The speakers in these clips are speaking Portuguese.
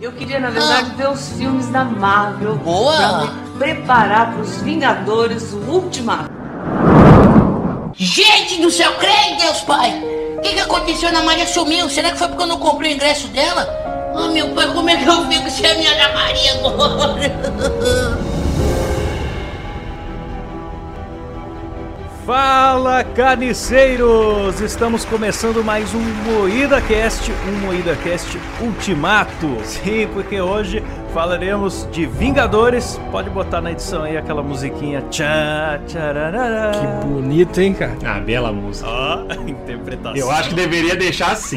Eu queria, na verdade, ver os filmes da Marvel. Boa! Pra me preparar para os Vingadores, o Ultimato. Gente do céu, creio em Deus, pai! O que, que aconteceu? Ana Maria sumiu. Será que foi porque eu não comprei o ingresso dela? Ah, meu pai, como é que eu fico sem a minha Ana Maria agora? Fala carniceiros! Estamos começando mais um Moída Cast, um Moída Cast Ultimato. Sim, porque hoje falaremos de Vingadores. Pode botar na edição aí aquela musiquinha. Tchá, tchararará. Que bonito, hein, cara? Ah, bela música. Ó, interpretação. Eu acho que deveria deixar assim,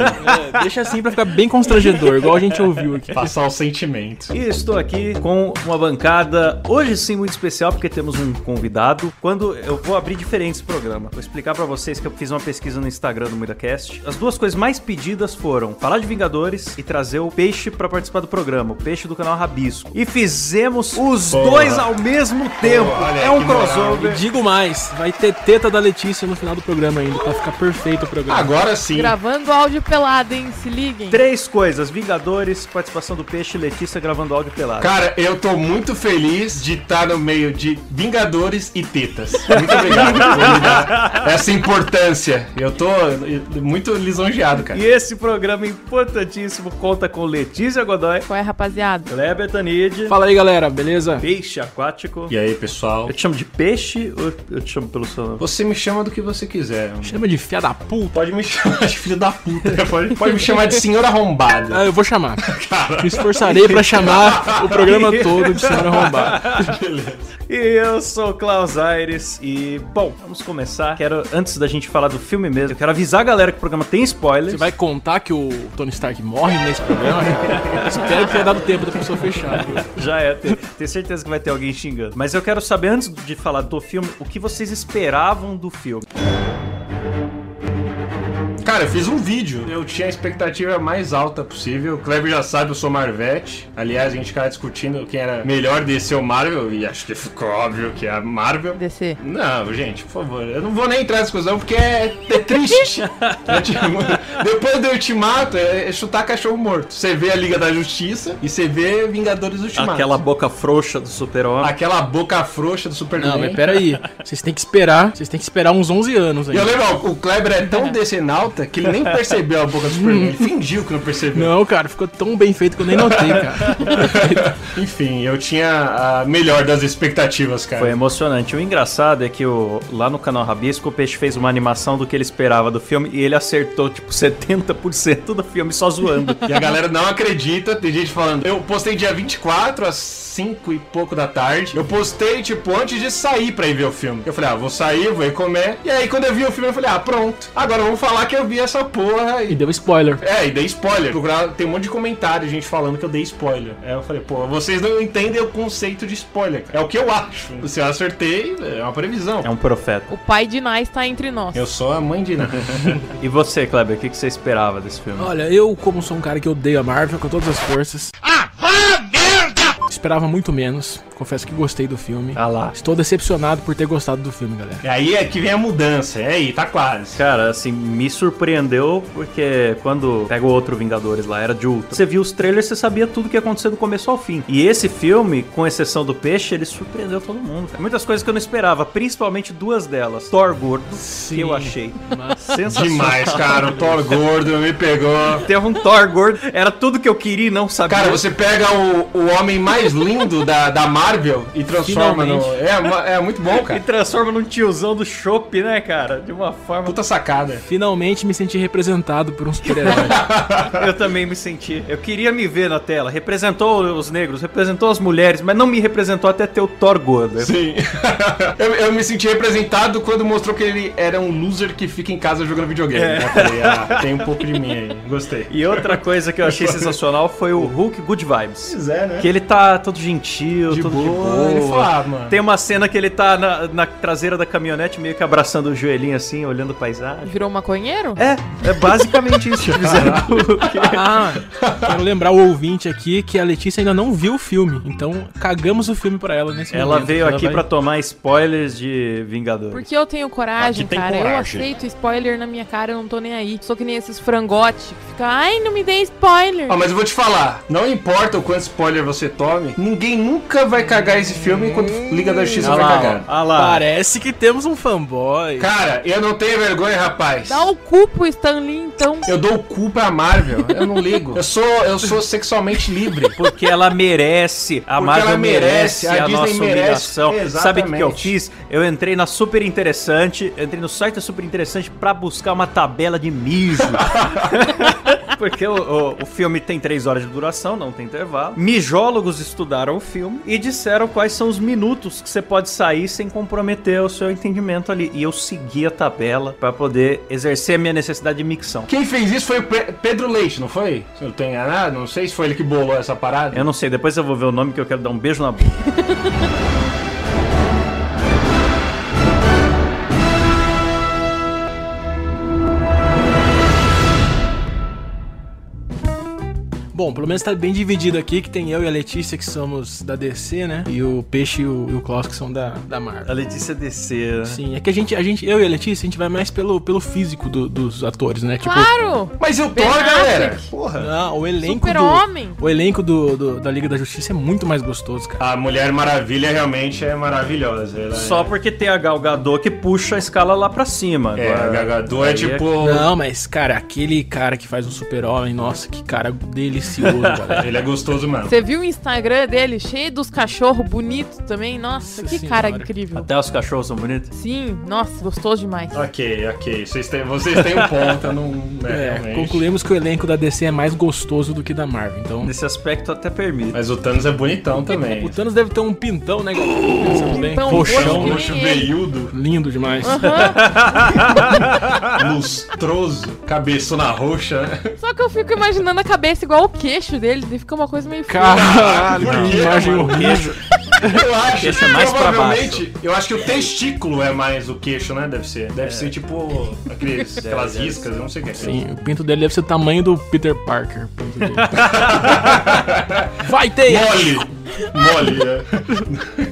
Deixa assim pra ficar bem constrangedor, igual a gente ouviu aqui. passar o sentimento. E estou aqui com uma bancada, hoje sim muito especial, porque temos um convidado. Quando eu vou abrir diferentes programas, vou explicar pra vocês que eu fiz uma pesquisa no Instagram do MuidaCast. As duas coisas mais pedidas foram falar de Vingadores e trazer o peixe pra participar do programa, o peixe do canal Rabisco. E fizemos os Boa. dois ao mesmo tempo. olha é um que moral. crossover. Digo mais, vai ter teta da Letícia no final do programa ainda, pra ficar perfeito o programa. Agora sim. Gravando áudio pelado, hein? Se liguem. Três coisas: Vingadores, participação do peixe, Letícia gravando áudio pelado. Cara, eu tô muito feliz de estar no meio de Vingadores e Tetas. Muito obrigado por me dar essa importância. Eu tô muito lisonjeado, cara. E esse programa importantíssimo conta com Letícia Godoy, Qual é, rapaziada? Kleber Tanid. Fala aí, galera, beleza? Peixe aquático. E é aí, pessoal? Eu te chamo de peixe ou eu te chamo pelo seu nome? Você me chama do que você quiser. Chama de fia da puta. Pode me chamar de filho da puta. Pode, pode me chamar de senhora arrombada. Ah, eu vou chamar. Me esforçarei pra chamar o programa todo de senhora arrombada. E eu sou o Klaus Aires e, bom, vamos começar. Quero, antes da gente falar do filme mesmo, eu quero avisar a galera que o programa tem spoilers. Você vai contar que o Tony Stark morre nesse programa? Espero que tenha dado tempo da pessoa fechar. viu? Já é, tenho, tenho certeza que vai ter alguém xingando. Mas eu quero saber, antes de falar do filme, o que vocês esperavam do filme. Cara, eu fiz um vídeo. Eu tinha a expectativa mais alta possível. O Kleber já sabe, eu sou Marvete. Aliás, a gente ficava discutindo quem era melhor DC ou Marvel. E acho que ficou óbvio que é a Marvel. DC. Não, gente, por favor. Eu não vou nem entrar nessa discussão porque é, é triste. É tipo, Depois do Ultimato, é, é chutar cachorro morto. Você vê a Liga da Justiça e você vê Vingadores Ultimato. Aquela boca frouxa do super-homem. Aquela boca frouxa do Superman. Não, mas peraí. Vocês têm que esperar. Vocês têm que esperar uns 11 anos E eu aí. lembro, ó, o Kleber é tão decenalta que ele nem percebeu a boca do Superman. Ele fingiu que não percebeu. Não, cara, ficou tão bem feito que eu nem notei, cara. Enfim, eu tinha a melhor das expectativas, cara. Foi emocionante. O engraçado é que o, lá no canal Rabisco, o Peixe fez uma animação do que ele esperava do filme e ele acertou, tipo, 70% do filme só zoando. E a galera não acredita, tem gente falando. Eu postei dia 24 às 5 e pouco da tarde. Eu postei, tipo, antes de sair pra ir ver o filme. Eu falei, ah, vou sair, vou ir comer. E aí, quando eu vi o filme, eu falei, ah, pronto. Agora vamos falar que eu vi essa porra. E E... deu spoiler. É, e dei spoiler. Procurar- Tem um monte de comentário, gente falando que eu dei spoiler. Aí eu falei, pô, vocês não entendem o conceito de spoiler. cara. É o que eu acho. Se eu acertei, é uma previsão. É um profeta. O pai de Nai está entre nós. Eu sou a mãe de Ná. E você, Kleber, o que que você esperava desse filme? Olha, eu, como sou um cara que odeia a Marvel com todas as forças. Esperava muito menos. Confesso que gostei do filme. Ah lá. Estou decepcionado por ter gostado do filme, galera. E aí é que vem a mudança. É aí, tá quase. Cara, assim, me surpreendeu porque quando pega o outro Vingadores lá, era de Ultron. Você viu os trailers, você sabia tudo que ia acontecer do começo ao fim. E esse filme, com exceção do peixe, ele surpreendeu todo mundo. cara. Muitas coisas que eu não esperava, principalmente duas delas. Thor gordo, que eu achei sensacional. Demais, cara. O Thor gordo me pegou. Teve um Thor gordo, era tudo que eu queria e não sabia. Cara, você pega o, o homem mais lindo da, da Marvel e transforma no. É, ma- é muito bom, E cara. transforma num tiozão do chopp, né, cara? De uma forma Puta sacada. Finalmente me senti representado por um super-herói. Eu também me senti. Eu queria me ver na tela. Representou os negros, representou as mulheres, mas não me representou até ter o Thor gordo. Sim. eu, eu me senti representado quando mostrou que ele era um loser que fica em casa jogando videogame. né? Eu falei, ah, tem um pouco de mim aí. Gostei. E outra coisa que eu achei sensacional foi o Hulk Good Vibes. Pois é, né? Que ele tá todo gentil, De todo de boa. Ele falou, ah, mano. Tem uma cena que ele tá na, na traseira da caminhonete, meio que abraçando o joelhinho assim, olhando a paisagem. Virou maconheiro? É, é basicamente isso que fizeram com o Keanu. Ah, quero lembrar o ouvinte aqui que a Letícia ainda não viu o filme, então cagamos o filme pra ela nesse Ela momento. veio aqui vai- pra tomar spoilers de Vingadores. Porque eu tenho coragem, Aqui tem cara. Eu coragem. aceito spoiler na minha cara, eu não tô nem aí. Sou que nem esses frangote que fica, ai, não me dê spoiler. Ó, Ah, mas eu vou te falar, não importa o quanto spoiler você tome, ninguém nunca vai cagar esse filme enquanto Liga da Justiça Olha vai lá, cagar. ó, olha lá. Parece que temos um fanboy. Cara, eu não tenho vergonha, rapaz. Dá um o cu pro Stan Lee, então. Eu dou o cu pra Marvel, eu não ligo. Eu sou, eu sou sexualmente livre. Porque ela merece, a Porque Marvel ela merece, merece, a, a Disney nossa merece, humilhação. Sabe o que, que eu exatamente. fiz? Eu entrei na Super Interessante, eu entrei no site da Super Interessante pra buscar uma tabela de mijo. Porque o, o- o filme tem três horas de duração, não tem intervalo. Mijólogos estudaram o filme e disseram quais são os minutos que você pode sair sem comprometer o seu entendimento ali. E eu segui a tabela pra poder exercer a minha necessidade de micção. Quem fez isso foi o Pe- Pedro Leite, não foi? Se eu não tô enganado, não sei se foi ele que bolou essa parada. Eu não sei, depois eu vou ver o nome que eu quero dar um beijo na boca. Bom, pelo menos tá bem dividido aqui, que tem eu e a Letícia, que somos da DC, né? E o Peixe e o, e o Klaus, que são da, da A Marvel. Letícia descer, né? Sim, é que a gente, a gente, eu e a Letícia, a gente vai mais pelo, pelo físico do- dos atores, né? Tipo, Claro! Mas e o Ben Thor, Affleck. galera? Porra. ah, o elenco Super-Homem. do o elenco do, do- da Liga da Justiça é muito mais gostoso, cara. A Mulher Maravilha realmente é maravilhosa. Ela Só porque tem a Gal Gadot que puxa a escala lá pra cima. é... É, a Agora, Gagador é aí tipo... Não, mas cara, aquele cara que faz um super-homem, nossa, que cara delicioso, galera. Ele é gostoso mesmo. Você viu o Instagram dele, cheio dos cachorros bonitos também? Nossa, Nossa que senhora. cara incrível. Até os cachorros são bonitos. Sim, nossa, gostoso demais. Ok, ok. Vocês têm, vocês têm um ponto, eu não... né, É, realmente. concluímos que o elenco da DC é mais gostoso do que da Marvel. Então, Nesse aspecto até permite. Mas o Thanos é bonitão também. o Thanos deve ter um pintão, né, galera? Pensando bem. Pintão, Roxão, roxo. né? roxo ele. veiudo, lindo demais. lustroso, cabeçona roxa. Só que eu fico imaginando a cabeça igual o queixo dele, daí fica uma coisa meio Caralho, Por que quê, imagem mano? horrível. Eu acho Queixo é mais pra provavelmente, eu acho que o testículo é mais o queixo, né? Deve ser. Deve ser tipo aqueles, aquelas riscas, eu não sei o que é. Sim, o pinto dele deve ser o tamanho do Peter Parker. o pinto dele. Vai ter! Mole! Mole,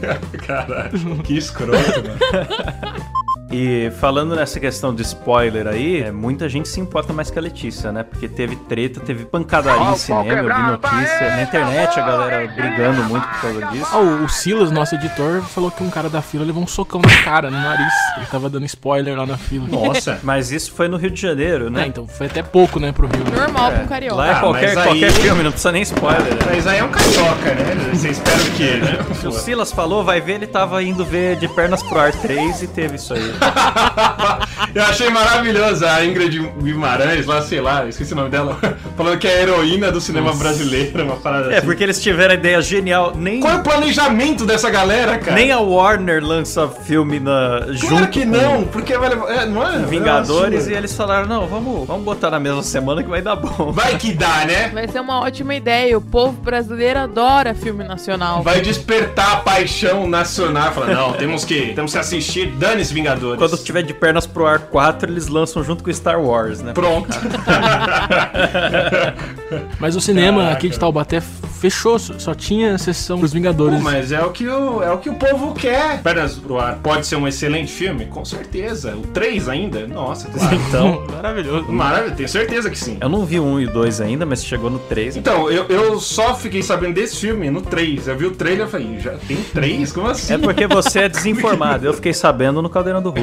é. Caralho, que escroto, mano. E falando nessa questão de spoiler aí, é, muita gente se importa mais que a Letícia, né? Porque teve treta, teve pancadaria em cinema, eu vi notícia. Na internet a galera brigando muito por causa disso. Ah, o- o Silas, nosso editor, falou que um cara da fila levou um socão na cara, no nariz. Ele tava dando spoiler lá na fila. Nossa. Mas isso foi no Rio de Janeiro, É, né? então foi até pouco, né, pro Rio. normal pro carioca. Lá é Ah, qualquer, mas aí- qualquer filme, não precisa nem spoiler. né? Mas aí é um carioca, né? Você espera o quê, né? Se o Silas falou, vai ver, ele tava indo ver De Pernas Pro Ar 3 e teve isso aí. Eu achei maravilhosa a Ingrid Guimarães, lá, sei lá, esqueci o nome dela, falando que é a heroína do cinema brasileiro, uma parada É, assim. porque eles tiveram a ideia genial, nem... Qual é o planejamento dessa galera, cara? Nem a Warner lança filme na, Claro junto que com não, porque vai levar. É, não é? Vingadores é e uma sua. eles falaram, não, vamos, vamos botar na mesma semana que vai dar bom. Vai que dá, né? Vai ser uma ótima ideia. O povo brasileiro adora filme nacional. Vai despertar a paixão nacional. Fala, não, temos que, temos que assistir Danes Vingadores. Quando tiver de pernas pro ar 4, eles lançam junto com Star Wars, né? Pronto. Mas o cinema aqui de Taubaté f- fechou, só só tinha a sessão dos Vingadores. Mas é o, que o, é o que o povo quer. Pernas pro ar pode ser um excelente filme? Com certeza. O 3 ainda? Nossa, claro. Então, maravilhoso. Maravilha, tenho certeza que sim. Eu não vi o 1 e o 2 ainda, mas chegou no 3. Então, eu, eu só fiquei sabendo desse filme no 3. Eu vi o trailer e falei, já tem 3? Como assim? É porque você é desinformado. Eu fiquei sabendo no Caldeirão do Hulk.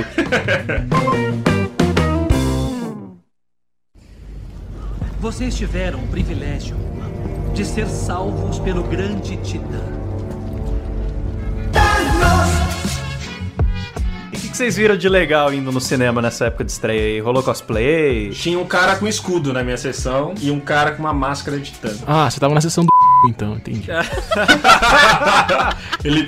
Vocês tiveram o privilégio de ser salvos pelo grande titã. E o que, que vocês viram de legal indo no cinema nessa época de estreia aí? Rolou cosplay? Tinha um cara com escudo na minha sessão e um cara com uma máscara de tanto. Ah, você tava na sessão do então, entendi. Ele.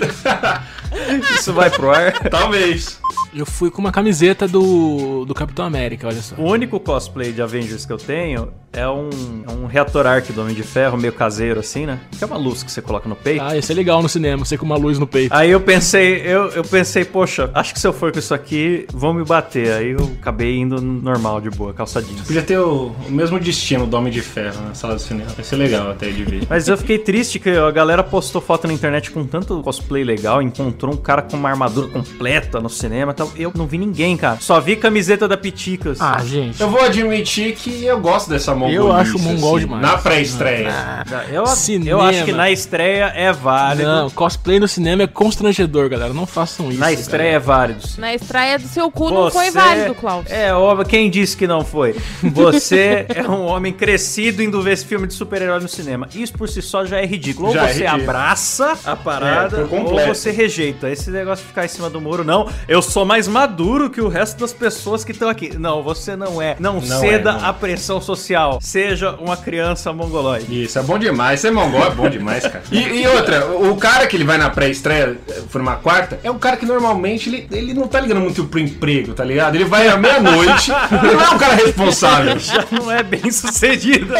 Isso vai pro ar. Talvez. Eu fui com uma camiseta do, do Capitão América, olha só. O único cosplay de Avengers que eu tenho É um, é um reator arc do Homem de Ferro, meio caseiro assim, né? Que é uma luz que você coloca no peito. Ah, esse é legal no cinema, você com uma luz no peito. Aí eu pensei, eu, eu pensei, poxa, acho que se eu for com isso aqui, vão me bater. Aí eu acabei indo normal, de boa, calçadinho. Podia ter o, o mesmo destino do Homem de Ferro na sala do cinema. Vai ser legal até de ver. Mas eu fiquei triste que a galera postou foto na internet com tanto cosplay legal, encontrou um cara com uma armadura completa no cinema e tal. Eu não vi ninguém, cara. Só vi camiseta da Piticas. Ah, gente. Eu vou admitir que eu gosto dessa mongolice. assim, acho mongol demais. Na pré-estreia. eu, eu cinema. acho que na estreia é válido. Ah, Não, cosplay no cinema é constrangedor, galera. Não façam isso. na estreia é válido. sim. Na estreia do seu cu Tipo, não foi válido, Klaus. É, óbvio, quem disse que não foi? Você é um homem crescido indo ver esse filme de super-herói no cinema. Isso por si só já é ridículo. Ou Já é você ridículo. abraça a parada, É, por ou completo. você rejeita. Esse negócio de ficar em cima do muro, não. Eu sou mais maduro que o resto das pessoas que estão aqui. Não, você não é. Não, Não ceda é, não. à pressão social. Seja uma criança mongoloide. Isso, é bom demais. Ser mongol é bom demais, cara. E, e outra, o cara que ele vai na pré-estreia, eh, for uma quarta, é um cara que normalmente ele, ele não tá ligando muito pro emprego, tá ligado? Ele vai à meia-noite, ele não é um cara responsável. Já não é bem sucedido. né?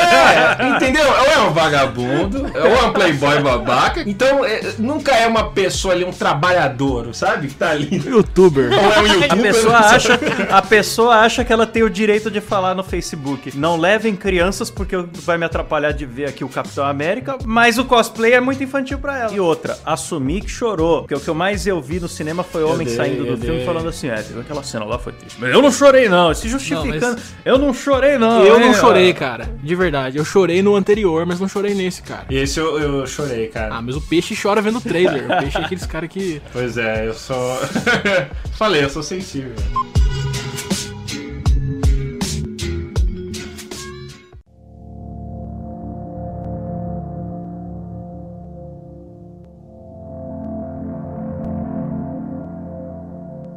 É, entendeu? Ou é um vagabundo, ou é um playboy babaca. Então, é, nunca é uma pessoa ali, um trabalhador, sabe? Que tá ali. Youtuber. Ou é um youtuber. A pessoa, não sei. acha, a pessoa acha que ela tem o direito de falar no Facebook. Não levem crianças porque vai me atrapalhar de ver aqui o Capitão América, mas o cosplay é muito infantil pra ela. E outra, assumir que chorou. Porque o que eu mais eu vi no cinema foi homem dei, saindo do eu filme dei. falando assim: é, aquela cena lá foi triste. Mas eu não chorei, não. Se justificando. Não, Eu não chorei, não. Eu hein, não É, ó." chorei, cara. De verdade. Eu chorei no anterior, mas não chorei nesse, cara. E esse eu, eu chorei, cara. Ah, mas o peixe chora vendo o trailer. O peixe é aqueles caras que. Pois é, eu sou. Falei, eu sou sensível.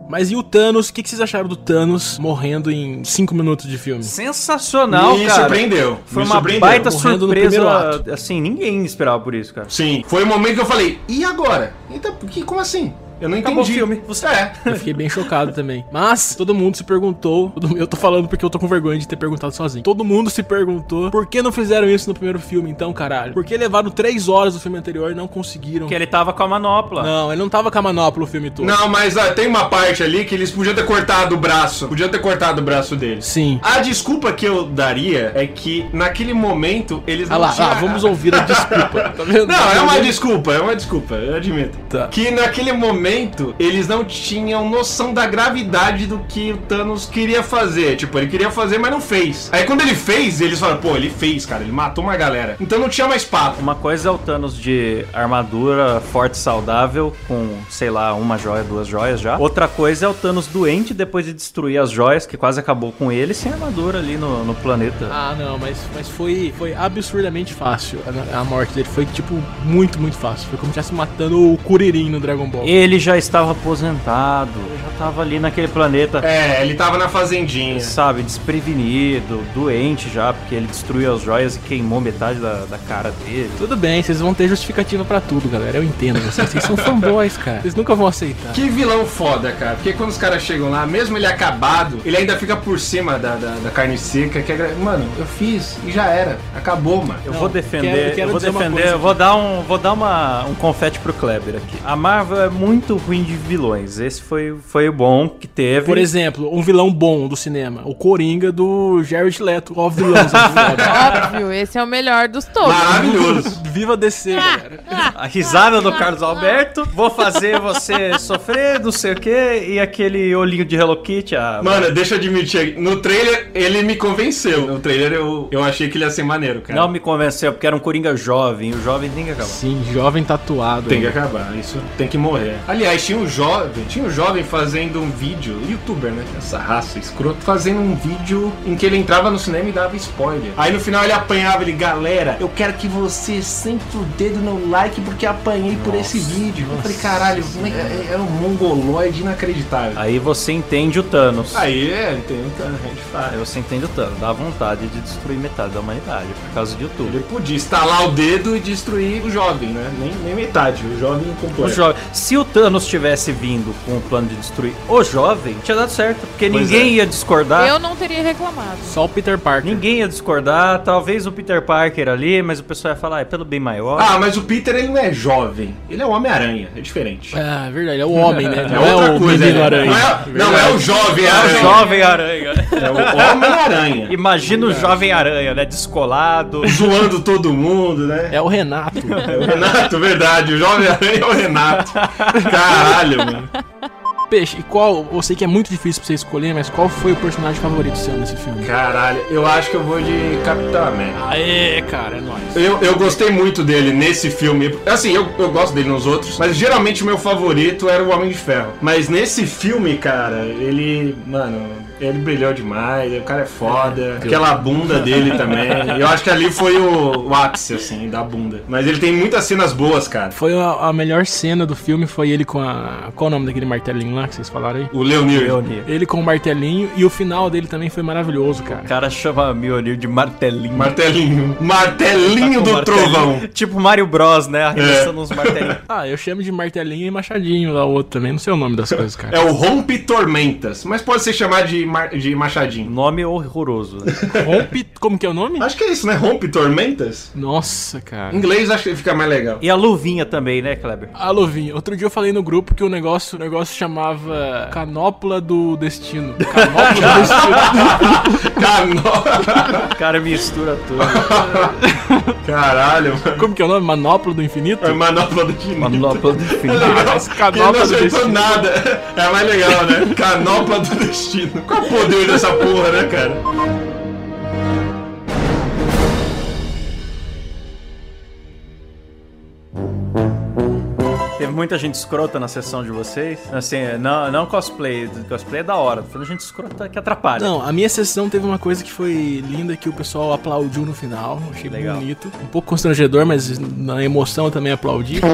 Mas e o Thanos? O que que vocês acharam do Thanos morrendo em 5 minutos de filme? Sensacional, me cara. surpreendeu. Foi me uma surpreendeu. baita Morrendo no primeiro surpresa. Assim, ninguém esperava por isso, cara. Sim, foi o momento que eu falei, e agora? Então, que, como assim? Eu não Acabou entendi. o filme. Você é. Eu fiquei bem chocado também. Mas todo mundo se perguntou. todo- Eu tô falando porque eu tô com vergonha de ter perguntado sozinho. Todo mundo se perguntou por que não fizeram isso no primeiro filme, então, caralho? Por que levaram 3 horas do filme anterior e não conseguiram? Porque ele tava com a manopla. Não, ele não tava com a manopla o filme todo. Não, mas ó, tem uma parte ali que eles podiam ter cortado o braço. Podiam ter cortado o braço deles. Sim. A desculpa que eu daria é que naquele momento eles Ah lá, tinham- ah, vamos ouvir a desculpa. Tá vendo? Não, é uma Tá vendo? desculpa, é uma desculpa, eu admito. Tá. Que naquele momento eles não tinham noção da gravidade do que o Thanos queria fazer. Tipo, ele queria fazer, mas não fez. Aí quando ele fez, eles falaram, pô, ele fez, cara, ele matou uma galera. Então não tinha mais papo. Uma coisa é o Thanos de armadura forte e saudável, com, sei lá, uma joia, duas joias já. Outra coisa é o Thanos doente depois de destruir as joias, que quase acabou com ele, sem armadura ali no, no planeta. Ah, não, mas, mas foi, foi absurdamente fácil a, a morte dele. Foi, tipo, muito, muito fácil. Foi como se estivesse matando o Kuririn no Dragon Ball. Ele já estava aposentado, já estava ali naquele planeta, É, ele tava na fazendinha. sabe, desprevenido, doente já, porque ele destruiu as joias e queimou metade da, da cara dele. Tudo bem, vocês vão ter justificativa pra tudo, galera. Eu entendo vocês. Vocês são fanboys, cara. Vocês nunca vão aceitar. Que vilão foda, cara. Porque quando os caras chegam lá, mesmo ele acabado, ele ainda fica por cima da, da, da carne seca. Que é... gra- Mano, eu fiz e já era. Acabou, mano. Eu Não, vou defender, quero- quero eu vou dizer uma defender, coisa eu vou dar um, vou dar uma, um confete pro Kleber aqui. A Marvel é muito ruim de vilões. Esse foi, foi o bom que teve. Por exemplo, um vilão bom do cinema. O Coringa do Jared Leto. Ó, vilão. vocês foda. Óbvio, esse é o melhor dos todos. Maravilhoso. Viva DC, galera. a risada do Carlos Alberto, vou fazer você sofrer, não sei o quê, e aquele olhinho de Hello Kitty. Ah, Mano, deixa eu admitir, no trailer ele me convenceu. No trailer eu, eu achei que ele ia ser maneiro, cara. não me convenceu, porque era um Coringa jovem, o jovem tem que acabar. Sim, jovem tatuado. Tem que acabar, isso tem que morrer. Aliás, tinha um jovem, tinha um jovem fazendo um vídeo, youtuber, né? Essa raça escrota, fazendo um vídeo em que ele entrava no cinema e dava spoiler. Aí no final ele apanhava, ele, galera, eu quero que você sente o dedo no like porque apanhei por esse vídeo. Eu falei, caralho, como é que- é- era um mongoloide inacreditável. Aí você entende o Thanos. Aí é, tem então, a gente Aí fala. você entende o Thanos, dá vontade de destruir metade da humanidade por causa de YouTube. Ele podia estalar o dedo e destruir o jovem, né? Nem, nem metade, o jovem O completo. jovem. Se o Thanos tivesse vindo com o plano de destruir o jovem, tinha dado certo. Porque Pois ninguém é. ia discordar. Eu não teria reclamado. Só o Peter Parker. Ninguém ia discordar. Talvez o Peter Parker ali, mas o pessoal ia falar, "Ah, é pelo bem maior. Ah, mas o Peter ele não é jovem. Ele é um Homem-Aranha, é diferente. É, verdade, é o homem, né? Não é, o né? menino aranha. Não é, não é o jovem aranha. Jovem Aranha. É o Homem-Aranha. Imagina o Jovem Aranha, né? Descolado. Zoando todo mundo, né? É o Renato. É o Renato, verdade. O Jovem Aranha é o Renato. Caralho, mano. Peixe, e qual? Eu sei que é muito difícil pra você escolher, mas qual foi o personagem favorito seu nesse filme? Caralho, eu acho que eu vou de Capitão América. Aê, cara, é nóis. Eu, eu gostei muito dele nesse filme. Assim, eu, eu gosto dele nos outros, mas geralmente o meu favorito era o Homem de Ferro. Mas nesse filme, cara, ele. Mano, ele brilhou demais, o cara é foda. Aquela bunda dele também. Eu acho que ali foi o, o ápice, assim, da bunda. Mas ele tem muitas cenas boas, cara. Foi a, a melhor cena do filme, foi ele com a. Qual o nome daquele martelinho lá que vocês falaram aí? O Leonir. Mjolnir. Ele com o martelinho e o final dele também foi maravilhoso, O cara. cara chama Mjolnir de martelinho. Martelinho. Tá Martelinho Tá com do martelinho. trovão. É. Tipo Mario Bros, né? Arremessando uns martelinhos. Ah, eu chamo de martelinho e machadinho lá o outro também, não sei o nome das coisas, cara. É o Rompe Tormentas. Mas pode ser chamado de, mar- de Machadinho. Um Nome horroroso. né? Rompe. Como que é o nome? Acho que é isso, né? Rompe Tormentas? Nossa, Em cara. inglês acho que fica mais legal. E a luvinha também, né, Kleber? Alô, Vinho, outro dia eu falei no grupo que o negócio, o negócio chamava Canópula do Destino. Canópula do Destino. Cano- O cara mistura tudo. Caralho, mano. Como que é o nome? Manópula do Infinito? É manopla do chinês. Manopla do É fim. legal, Mas que canopla ele do não acertou destino. nada. É mais legal, né? Canopla do destino. Qual é o poder dessa porra, né, cara? Teve muita gente escrota na sessão de vocês. Assim, não, não cosplay. Cosplay é da hora. Tô falando gente escrota que atrapalha. Não, a minha sessão teve uma coisa que foi linda que o pessoal aplaudiu no final. Achei Legal. bonito. Um pouco constrangedor, mas na emoção eu também aplaudi.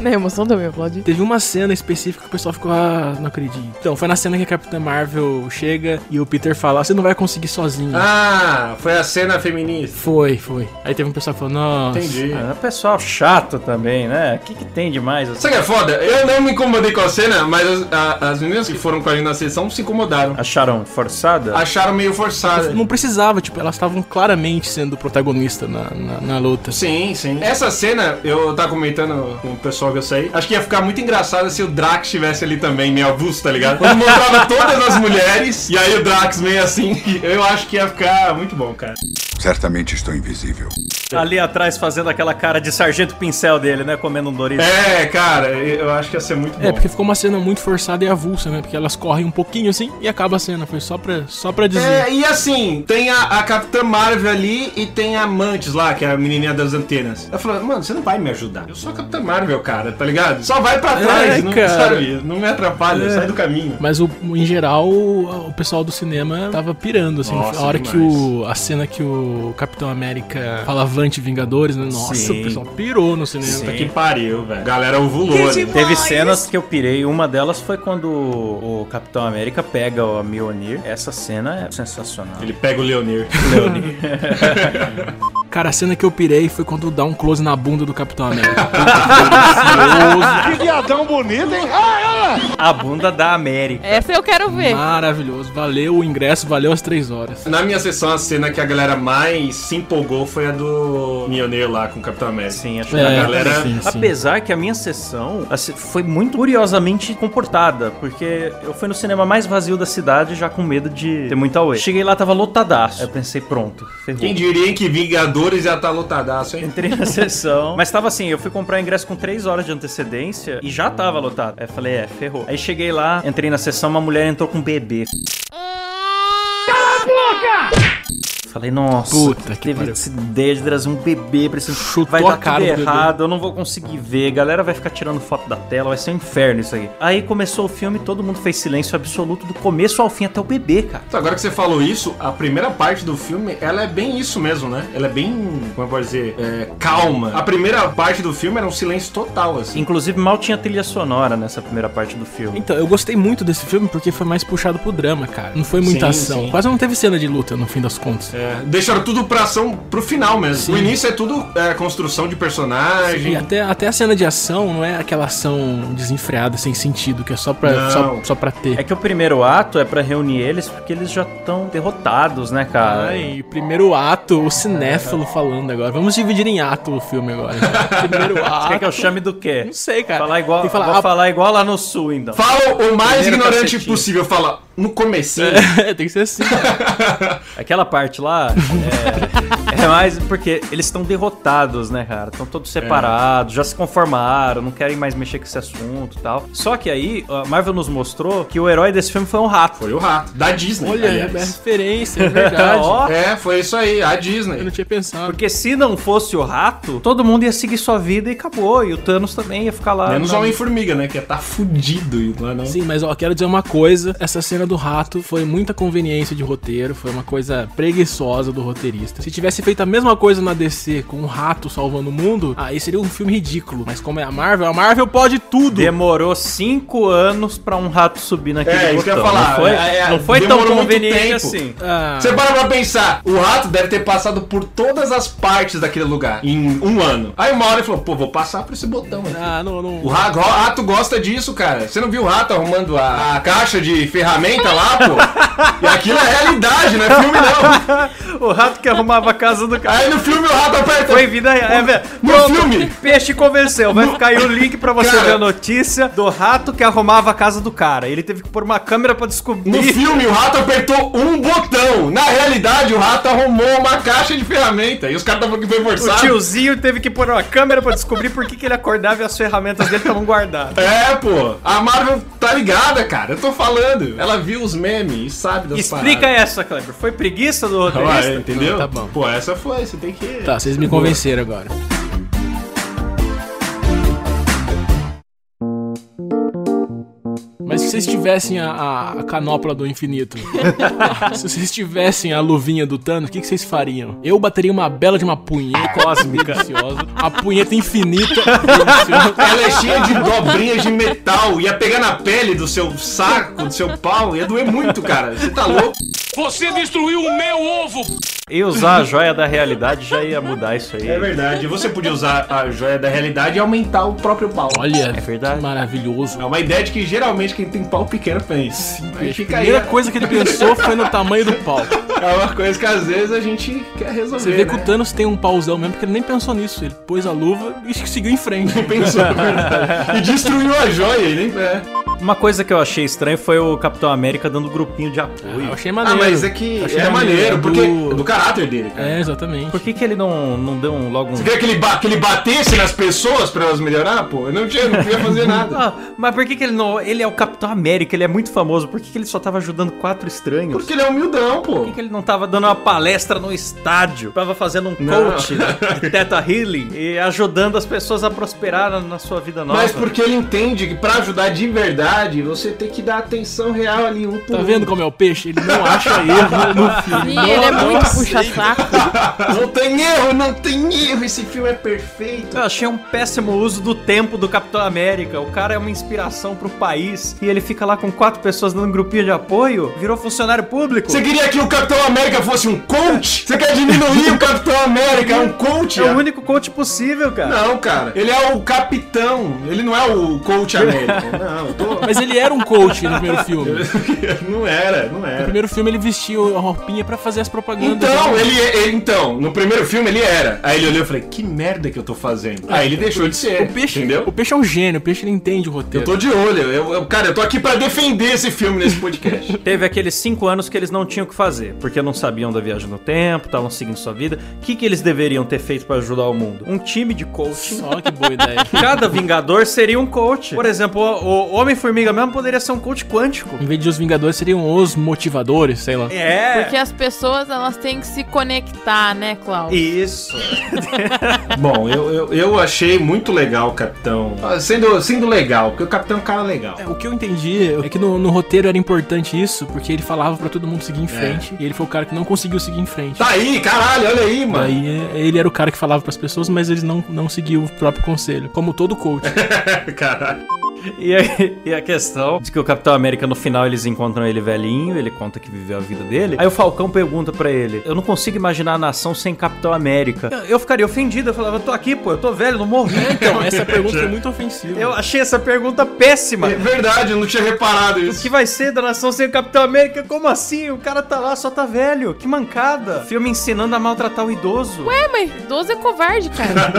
Na emoção também, aplaudi. Teve uma cena específica que o pessoal ficou, ah, não acredito. Então, foi na cena que a Capitã Marvel chega e o Peter fala, você não vai conseguir sozinho. Ah, foi a cena feminista. Foi, foi. Aí teve um pessoal que falou, nossa. Entendi. Ah, pessoal chato também, né? O que, que tem demais? assim? Sabe o que é foda? Eu não me incomodei com a cena, mas as, a- as meninas que foram com a gente na sessão se incomodaram. Acharam forçada? Acharam meio forçada. Não precisava, tipo, elas estavam claramente sendo protagonista na, na, na luta. Sim, sim. Essa cena, eu tava comentando com o pessoal que eu saí, acho que ia ficar muito engraçado se o Drax estivesse ali também, meio avulso, tá ligado? Quando mostrava todas as mulheres, e aí o Drax meio assim, eu acho que ia ficar muito bom, cara. Certamente estou invisível. Ali atrás fazendo aquela cara de sargento pincel dele, né? Comendo um Dorito. É, cara, eu acho que ia ser muito bom. É, porque ficou uma cena muito forçada e avulsa, né? Porque elas correm um pouquinho assim e acaba a cena. Foi só pra, só pra dizer. É, e assim, tem a, a Capitã Marvel ali e tem a Mantis lá, que é a menininha das antenas. Ela falou, mano, você não vai me ajudar. Eu sou a Capitã Marvel, cara, tá ligado? Só vai pra trás, não, É, cara. É. sabe? Não me atrapalha, sai do caminho. Mas o, em geral, o, o pessoal do cinema tava pirando, assim. Nossa, a hora demais. que o. A cena que o Capitão América fala Avante Vingadores, né? Nossa, Sim. o pessoal pirou no cinema. tá Puta que pariu, velho. Galera ovulou, né? Teve cenas que eu pirei, uma delas foi quando o o Capitão América pega o Mjolnir. Essa cena é sensacional. Ele pega o Leonir. Cara, a cena que eu pirei foi quando dá um close na bunda do Capitão América. A bunda da América. Essa eu quero ver. Maravilhoso. Valeu o ingresso, valeu as três horas. Na minha sessão, a cena que a galera mais se empolgou foi a do Mioneiro lá com o Capitão América. Sim, acho É, que a galera. sim, sim. Apesar que a minha sessão assim, foi muito curiosamente comportada, porque eu fui no cinema mais vazio da cidade, já com medo de ter muita away. Cheguei lá, tava lotadaço. Aí Eu pensei, pronto, ferrou. Quem diria hein, que Vingadores ia estar lotadaço, hein? Entrei na sessão. Mas tava assim, eu fui comprar ingresso com 3 horas de antecedência e já tava lotado. Aí eu falei, é, ferrou. Aí cheguei lá, entrei na sessão, uma mulher entrou com um bebê. Cala a boca! Falei, nossa, Puta que teve pariu. essa ideia de trazer um bebê pra esse Chutou Vai dar a cara do tudo bebê. errado, eu não vou conseguir ver. Galera vai ficar tirando foto da tela, vai ser um inferno isso aí. Aí começou o filme, todo mundo fez silêncio absoluto do começo ao fim até o bebê, cara. Então, Agora que você falou isso, a primeira parte do filme, ela é bem isso mesmo, né? Ela é bem, como eu posso dizer, é, calma. A primeira parte do filme era um silêncio total, assim. Inclusive, mal tinha trilha sonora nessa primeira parte do filme. Então, eu gostei muito desse filme porque foi mais puxado pro drama, cara. Não foi muita Sim, ação. sim. Quase não teve cena de luta no fim das contas. É, deixaram tudo pra ação pro final mesmo. Sim. é. O início é tudo é, construção de personagem. E até, até a cena de ação não é aquela ação desenfreada, sem sentido, que é só pra, Não. só, só pra ter. É que o primeiro ato é pra reunir eles porque eles já estão derrotados, né, cara? Ai, primeiro ato, o cinéfalo falando agora. Vamos dividir em ato o filme agora. então. Primeiro Você quer que ato. eu chame do quê? Não sei, cara. Falar igual, Tem que falar, vou ah, falar igual lá no sul, então. Fala o mais Primeiro ignorante cacetinho. possível, fala no comecinho. Tem que ser assim. cara. Aquela parte lá é, é mais porque eles estão derrotados, né, cara? Estão todos É. separados, já se conformaram, não querem mais mexer com esse assunto e tal. Só que aí, a Marvel nos mostrou que o herói desse filme foi um rato. Foi o rato, da Disney. Olha, é aliás. referência, é verdade. Ó, É, foi isso aí, a Disney. Eu não tinha pensado. Porque se não fosse o rato, todo mundo ia seguir sua vida e acabou. E o Thanos também ia ficar lá. Menos na- Homem-Formiga, né? Que tá fudido e não é não. Sim, mas ó, quero dizer uma coisa: essa cena do rato foi muita conveniência de roteiro, foi uma coisa preguiçosa do roteirista. Se tivesse feito a mesma coisa na DC com um rato salvando o mundo, aí seria um filme ridículo. Mas como é a Marvel, a Marvel pode tudo. Demorou cinco anos pra um rato subir naquele É, isso que eu ia botão. falar. Não foi, É, é, não foi tão demorou muito conveniente tempo. assim. Ah, Você para pra pensar, o rato deve ter passado por todas as partes daquele lugar em um ano. Aí uma hora ele falou, pô, vou passar por esse botão aqui. ah, não, não. O ra- o rato gosta disso, cara. Você não viu o rato arrumando a, a caixa de ferramenta lá, pô? E aquilo é realidade, não é filme não. O rato que arrumava a casa do cara. Aí no filme o rato aperta. Foi vida real. É, velho. No Pronto, filme. Peixe convenceu. Vai ficar aí o link pra você Cara. ver a notícia do rato que arrumava a casa do cara. Ele teve que pôr uma câmera pra descobrir. No filme o rato apertou um botão. Na realidade o rato arrumou uma caixa de ferramenta. E os caras estavam que foi O forçado. tiozinho teve que pôr uma câmera pra descobrir por que, que ele acordava e as ferramentas dele estavam guardadas. É, pô. A Marvel tá ligada, cara. Eu tô falando. Ela viu os memes e sabe das Explica essa, Kleber. Foi preguiça do paradas. roteirista? Ué, entendeu? Tá bom. Pô, essa foi. Você tem que... Tá, vocês me convenceram agora. Mas se vocês tivessem a, a- a canopla do infinito, se vocês tivessem a luvinha do Thanos, o que, que vocês fariam? Eu bateria uma bela de uma punheta cósmica, deliciosa, a punheta infinita, deliciosa. Ela é cheia de dobrinhas de metal. Ia pegar na pele do seu saco, do seu pau. Ia doer muito, cara. Você tá louco? E usar a joia da realidade já ia mudar isso aí. É verdade. Você podia usar a joia da realidade e aumentar o próprio pau. Olha, É verdade. que maravilhoso. É uma ideia de que geralmente quem tem pau pequeno pensa. Aí A fica aí. primeira coisa que ele pensou foi no tamanho do pau. É uma coisa que às vezes a gente quer resolver. Você vê que né? o Thanos tem um pauzão mesmo, porque ele nem pensou nisso. Ele pôs a luva e seguiu em frente. Pensou, na verdade. E destruiu a joia, ele. É. Uma coisa que eu achei estranho foi o Capitão América dando um grupinho de apoio. Eu achei Ah, maneiro. mas é que Achei é maneiro, porque do- é do caráter dele, cara. É, exatamente. Por que, que ele não, não deu um, logo um É. Você queria que ele, ba- que ele batesse nas pessoas pra elas melhorar, pô? Eu não tinha, não podia fazer nada. Ah, mas por que, que ele não. Ele é o Capitão América, ele é muito famoso. Por que, que ele só tava ajudando quatro estranhos? Porque ele é humildão, pô. Por que, que ele não tava dando uma palestra no estádio? Tava fazendo um Não. coach de Teta Healing e ajudando as pessoas a prosperar na, na sua vida nova. Mas porque ele entende que pra ajudar de verdade, você tem que dar atenção real ali um Tá por um. vendo como é o peixe? Ele não acha erro no filme. Sim, ele é muito puxa-saco. Não tem erro, não tem erro, esse filme é perfeito. Eu achei um péssimo uso do tempo do Capitão América. O cara é uma inspiração pro país e ele fica lá com quatro pessoas dando um grupinho de apoio, virou funcionário público. Você queria que o Capitão América fosse um coach? Você quer diminuir o Capitão América? É um coach? é o único coach possível, cara. Não, cara. Ele é o capitão. Ele não é o coach América. Não, eu tô... Mas ele era um coach no primeiro filme. No não era, não era. primeiro filme ele vestiu a roupinha pra fazer as propagandas. Então, ele, ele- então, no primeiro filme ele era. Aí ele olhou e falei, que merda que eu tô fazendo. Aí ele deixou de ser. O peixe, o entendeu? peixe é um gênio, o peixe ele entende o roteiro. Eu tô de olho. Eu, eu- cara, eu tô aqui pra defender esse filme nesse podcast. Teve aqueles cinco anos que eles não tinham o que fazer, porque não sabiam da viagem no tempo, estavam seguindo sua vida. O que, que eles deveriam ter feito pra ajudar o mundo? Um time de coaching. Só que boa ideia. Cada Vingador seria um coach. Por exemplo, o o Homem-Formiga mesmo poderia ser um coach quântico. Em vez de os Vingadores, seriam os motivadores, sei lá. É. Porque as pessoas, elas têm que se conectar, né, Cláudio? Isso. Bom, eu, eu, eu achei muito legal o Capitão. Ah, Sendo, sendo legal, porque o Capitão é um cara legal. É, O que eu entendi é que no, no roteiro era importante isso, porque ele falava pra todo mundo seguir em frente, e ele foi o cara que não conseguiu seguir em frente. Tá aí, caralho, olha aí, mano. Daí é, ele era o cara que falava pras pessoas, mas ele não, não seguiu o próprio conselho, como todo coach. Caralho. E a, e a questão de que o Capitão América, no final, eles encontram ele velhinho, ele conta que viveu a vida dele. Aí o Falcão pergunta pra ele: Eu não consigo imaginar a nação sem Capitão América. Eu, eu ficaria ofendido, eu falava, eu tô aqui, pô, eu tô velho, não morri. Então, essa pergunta foi muito ofensiva. Eu achei essa pergunta péssima. É verdade, eu não tinha reparado O que isso. vai ser da nação sem o Capitão América? Como assim? O cara tá lá, só tá velho. Que mancada. Filme ensinando a maltratar o idoso. É, mas idoso é covarde, cara.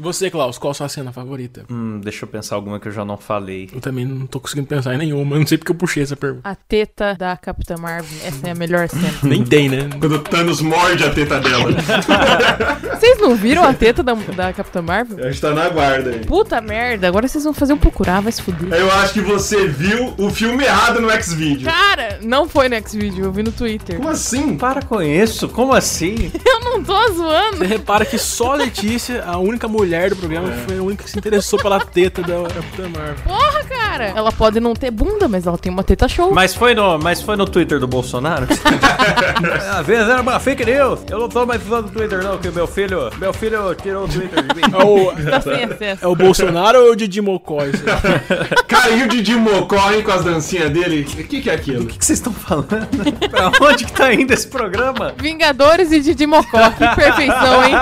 E Você, Klaus, qual a sua cena favorita? Hum, deixa eu pensar alguma que eu já não falei. Eu também não tô conseguindo pensar em nenhuma, eu não sei porque eu puxei essa pergunta. A teta da Capitã Marvel, essa é a melhor cena. Nem tem, né? Quando o Thanos morde a teta dela. Vocês não viram a teta da, da Capitã Marvel? a gente tá na guarda aí. Puta merda, agora vocês vão fazer um procurar, vai se fuder. Eu acho que você viu o filme errado no X-Video. Cara, não foi no X-Video, eu vi no Twitter. Como assim? Para com isso, como assim? Eu não tô zoando. Você repara que só a Letícia, a única mulher do programa, foi a única que se interessou pela teta da Capitã Marvel. Porra, cara. Ela pode não ter bunda, mas ela tem uma teta show. Mas foi no, mas foi no Twitter do Bolsonaro? Às vezes era uma fake news. Eu não tô mais usando o Twitter não, porque meu filho, meu filho tirou o Twitter de mim. É o, Tá sem acesso. é o Bolsonaro ou é o Didi Mocó? isso aí? Caiu de Dimocó, hein, com as dancinhas dele. O que, que é aquilo? O que vocês estão falando? pra onde que tá indo esse programa? Vingadores e Didi Mocó. Que perfeição, hein?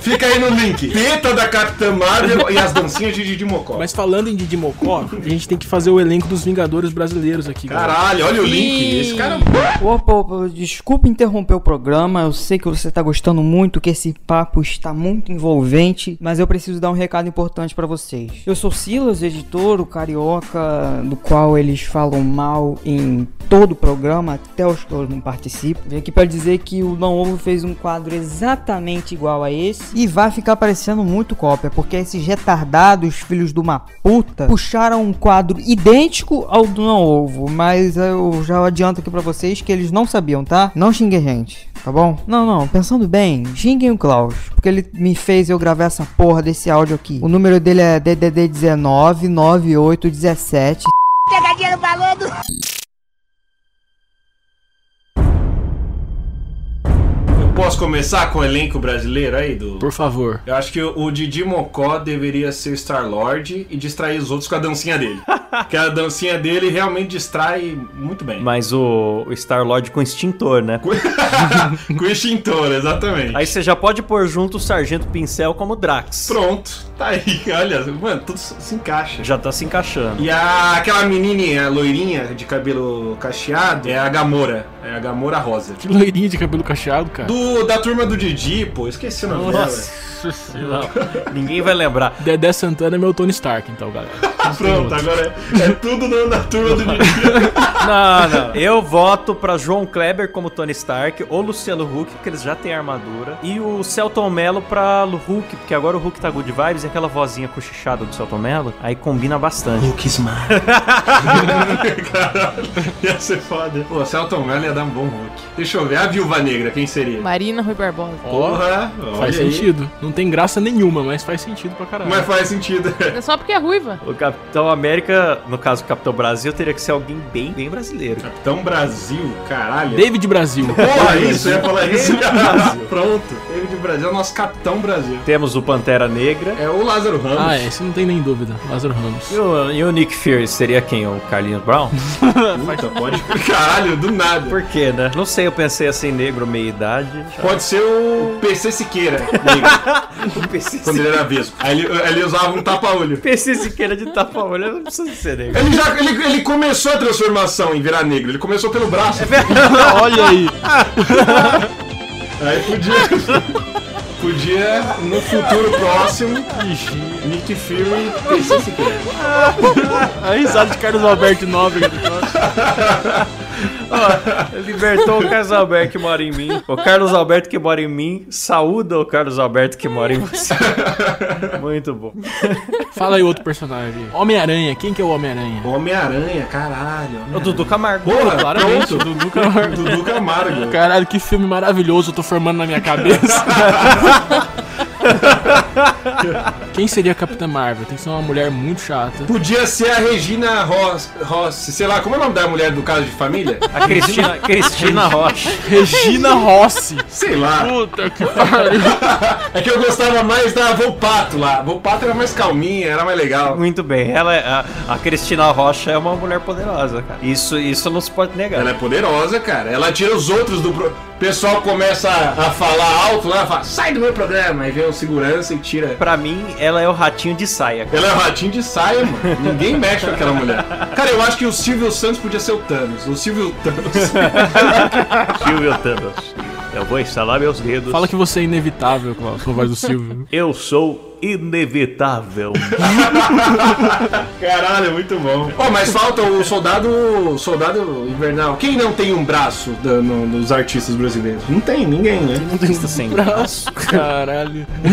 Fica aí no link. Teta da Capitã Marvel e as dancinhas de Dimocó. Mas falando em Didi Mocó, a gente tem que fazer o elenco dos Vingadores brasileiros aqui, galera. Caralho, olha o link. Esse cara é um Opa, opa, desculpa interromper o programa. Eu sei que você tá gostando muito, que esse papo está muito envolvente, mas eu preciso dar um recado importante para vocês. Eu sou Silas, editor, o carioca, do qual eles falam mal em todo o programa, até os que eu não participo. Vim aqui para dizer que o Não Ovo fez um quadro exatamente igual a esse e vai ficar parecendo muito cópia, porque esses retardados, filhos de uma puta, puxaram um quadro idêntico ao do Não Ovo, mas eu já adianto aqui pra vocês que eles não sabiam, tá? Não xingue a gente. Tá bom? Não, não, pensando bem, xinguem o Klaus, porque ele me fez eu gravar essa porra desse áudio aqui. O número dele é DDD 19 9817 Pegadinha no balão do... Eu posso começar com o elenco brasileiro aí do. Por favor. Eu acho que o o Didi Mocó deveria ser Star Lord e distrair os outros com a dancinha dele. Porque a dancinha dele realmente distrai muito bem. Mas o, o Star-Lord com extintor, né? com o extintor, exatamente. Aí você já pode pôr junto o Sargento Pincel como Drax. Pronto, tá aí. Olha, mano, tudo se encaixa. Já tá se encaixando. E a, aquela menininha loirinha de cabelo cacheado é a Gamora. É a Gamora Rosa. Que loirinha de cabelo cacheado, cara. Do, da turma do Didi, pô, esqueci o nome dela. Não, ninguém vai lembrar. Dedé Santana é meu Tony Stark, então, galera. Ah, pronto, agora é, é tudo no- na turma do Didi. Não, não. Eu voto pra João Kleber como Tony Stark ou Luciano Huck, porque eles já têm armadura. E o Celton Mello pra Lu- Hulk, porque agora o Hulk tá good vibes e aquela vozinha cochichada do Celton Mello, aí combina bastante. ia ser foda. Pô, Celton Mello ia dar um bom Hulk. Deixa eu ver, a Viúva Negra, quem seria? Marina Rui Barbosa. Ó, faz olha aí. sentido. Não tem graça nenhuma, mas faz sentido pra caralho. Mas faz sentido. É só porque é ruiva. O Capitão América, no caso o Capitão Brasil, teria que ser alguém bem, bem brasileiro. Capitão Brasil, caralho. David Brasil. Porra, isso, eu ia falar isso. Pronto. David Brasil é o nosso Capitão Brasil. Temos o Pantera Negra. É o Lázaro Ramos. Ah, é, isso não tem nem dúvida. Lázaro Ramos. E o, e o Nick Fury seria quem? O Carlinhos Brown? Puta, pode. Caralho, do nada. Por quê, né? Não sei, eu pensei assim, negro, meia-idade. Pode ser o PC Siqueira, quando ele era vesgo. Aí ele, ele usava um tapa-olho. assim, Pensei Siqueira de tapa olho, não precisa ser negro. Ele já ele, ele começou a transformação em virar negro. Ele começou pelo braço. Olha aí. Aí podia. Podia, no futuro próximo, Nick Fury PC Siqueira. A risada de Carlos Alberto Nobre. Libertou o Carlos Alberto que mora em mim. O Carlos Alberto que mora em mim, saúda o Carlos Alberto que mora em você. Muito bom. Fala aí outro personagem. Homem-Aranha. Quem que é o Homem-Aranha? Homem-Aranha, caralho. Homem O Dudu Camargo. Porra, Claramente, pronto. o Dudu Camargo. Dudu Camargo. Caralho, que filme maravilhoso eu tô formando na minha cabeça. Quem seria a Capitã Marvel? Tem que ser uma mulher muito chata. Podia ser a Regina Ross- Rossi, sei lá, como é o nome da mulher do caso de família? A Cristina, Cristina Rocha. Regina Rossi. Sei lá. Puta que pariu. É que eu gostava mais da Volpato lá. Volpato era mais calminha, era mais legal. Muito bem, ela é, a, a Cristina Rocha é uma mulher poderosa, cara. Isso, isso não se pode negar. Ela é poderosa, cara. Ela tira os outros do. Pro... O pessoal começa a a falar alto lá, fala, sai do meu programa. Aí vem o segurança e tira. Pra mim, ela é o ratinho de saia. cara. Ela é ratinho de saia, mano. Ninguém mexe com aquela mulher. Cara, eu acho que o Silvio Santos podia ser o Thanos. O Silvio Thanos. Silvio é Thanos. Eu vou instalar meus dedos. Fala que você é inevitável com a com a voz do Silvio. Eu sou inevitável. Caralho, é muito bom. Ó, mas falta o soldado. Soldado invernal. Quem não tem um braço da- no- dos artistas brasileiros? Não tem ninguém, né? Artista sem braço. Caralho.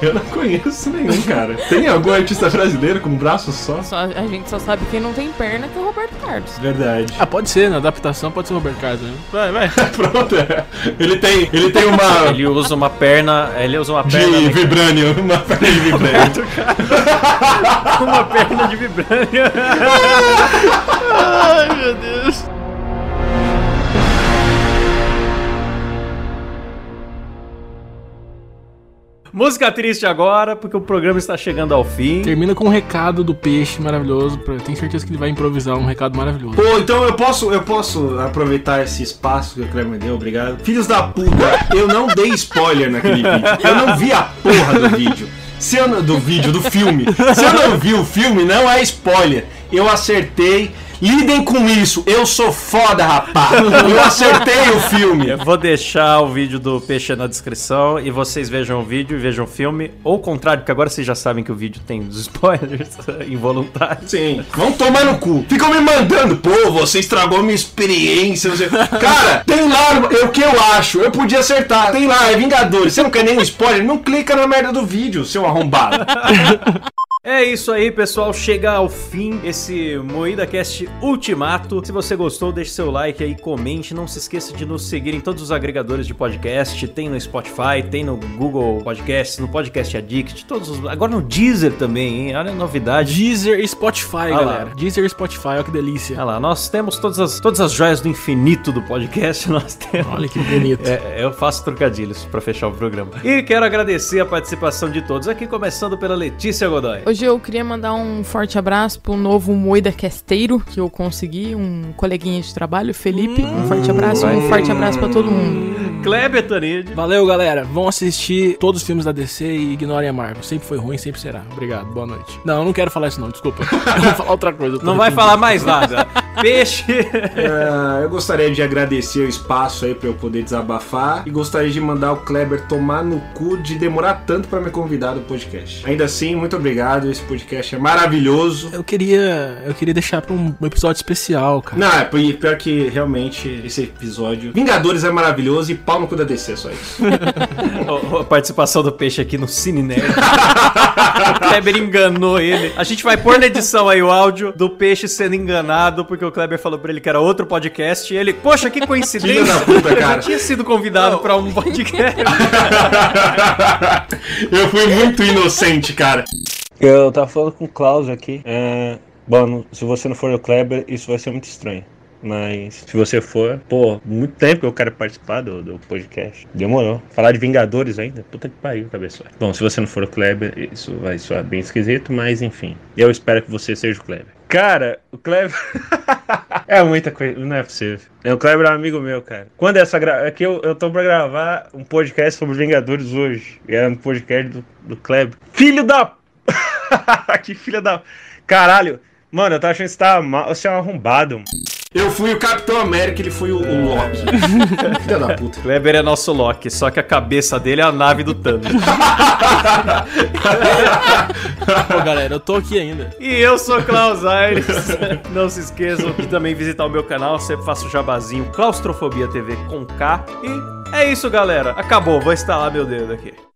Eu não conheço nenhum, cara. Tem algum artista brasileiro com um braço só? Só- a gente só sabe quem não tem perna que é o Roberto Carlos. Verdade. Ah, pode ser, na adaptação pode ser o Robert Carlos, né? Vai, vai. Pronto, é. Ele tem, ele tem uma. Ele usa uma perna. Ele usa uma perna. De mecânica. vibranium, uma perna de vibranium. Uma perna de vibrânio. Música triste agora, porque o programa está chegando ao fim. Termina com um recado do peixe maravilhoso. pra- Tenho certeza que ele vai improvisar um recado maravilhoso. Pô, então eu posso, eu posso aproveitar esse espaço que o Cleber me deu, obrigado. Filhos da puta, eu não dei spoiler naquele vídeo. Eu não vi a porra do vídeo. Se eu não, do vídeo, do filme. Se eu não vi o filme, não é spoiler. Eu acertei. Lidem com isso. Eu sou foda, rapá. Eu acertei o filme. Eu vou deixar o vídeo do Peixe na descrição e vocês vejam o vídeo e vejam o filme. Ou o contrário, porque agora vocês já sabem que o vídeo tem os spoilers involuntários. Sim. Vão tomar no cu. Ficam me mandando, pô, você estragou minha experiência. não sei- Cara, tem lá é o que eu acho. Eu podia acertar. Tem lá, é Vingadores. Você não quer nenhum spoiler? Não clica na merda do vídeo, seu arrombado. É isso aí, pessoal. Chega ao fim esse Moída Cast Ultimato. Se você gostou, deixe seu like aí, comente. Não se esqueça de nos seguir em todos os agregadores de podcast. Tem no Spotify, tem no Google Podcasts, no Podcast Addict, todos os. Agora no Deezer também, hein? Olha a novidade. Deezer e Spotify, Ah lá. galera. Deezer e Spotify, olha que delícia. Olha lá, nós temos todas as, todas as joias do infinito do podcast, nós temos. Olha que bonito. É, eu faço trocadilhos pra fechar o programa. E quero agradecer a participação de todos aqui, começando pela Letícia Godoy. Hoje eu queria mandar um forte abraço pro novo Moida Casteiro que eu consegui, um coleguinha de trabalho, Felipe. Um forte abraço, um forte abraço pra todo mundo. Kleber Tanid. Valeu, galera. Vão assistir todos os filmes da DC e ignorem a Marvel. Sempre foi ruim, sempre será. Obrigado, boa noite. Não, eu não quero falar isso, não, desculpa. Eu vou falar outra coisa. eu tô Não vai arrependido. falar mais nada. Peixe. Ah, eu gostaria de agradecer o espaço aí pra eu poder desabafar. E gostaria de mandar o Kleber tomar no cu de demorar tanto pra me convidar do podcast. Ainda assim, muito obrigado. Esse podcast é maravilhoso. Eu queria, eu queria deixar pra um episódio especial, cara. Não, é pi- pior que realmente esse episódio. Vingadores é maravilhoso e pau no cu da DC, só isso. Ó, ó, A participação do Peixe aqui no Cine Nerd. O Kleber enganou ele. A gente vai pôr na edição aí o áudio do Peixe sendo enganado, porque o Kleber falou pra ele que era outro podcast. E ele, poxa, que Filho da coincidência. puta, Eu já cara. tinha sido convidado pra um podcast. Eu fui muito inocente, cara. Eu tava falando com o Klaus aqui. É... Bom, não- se você não for o Kleber, isso vai ser muito estranho. Mas se você for, pô, muito tempo que eu quero participar do, do podcast. Demorou. Falar de Vingadores ainda? Puta que pariu, cabeçote. Bom, se você não for o Kleber, isso vai soar bem esquisito, mas enfim. Eu espero que você seja o Kleber. Cara, o Kleber. é muita coisa, não é possível. É, O Kleber é um amigo meu, cara. Quando é essa gra... É que eu, eu tô pra gravar um podcast sobre Vingadores hoje. É um podcast do, do Kleber. Filho da que filha da. Caralho. Mano, eu tava achando que você tava mal. Você é um arrombado, mano. Eu fui o Capitão América, ele foi o, o Loki. Filha da puta. Kleber é nosso Loki, só que a cabeça dele é a nave do Thanos. Pô, galera, eu tô aqui ainda. E eu sou Klaus Aires. Não se esqueçam de também visitar o meu canal, sempre faço jabazinho Claustrofobia TV com K. E é isso, galera. Acabou, vou instalar meu dedo aqui.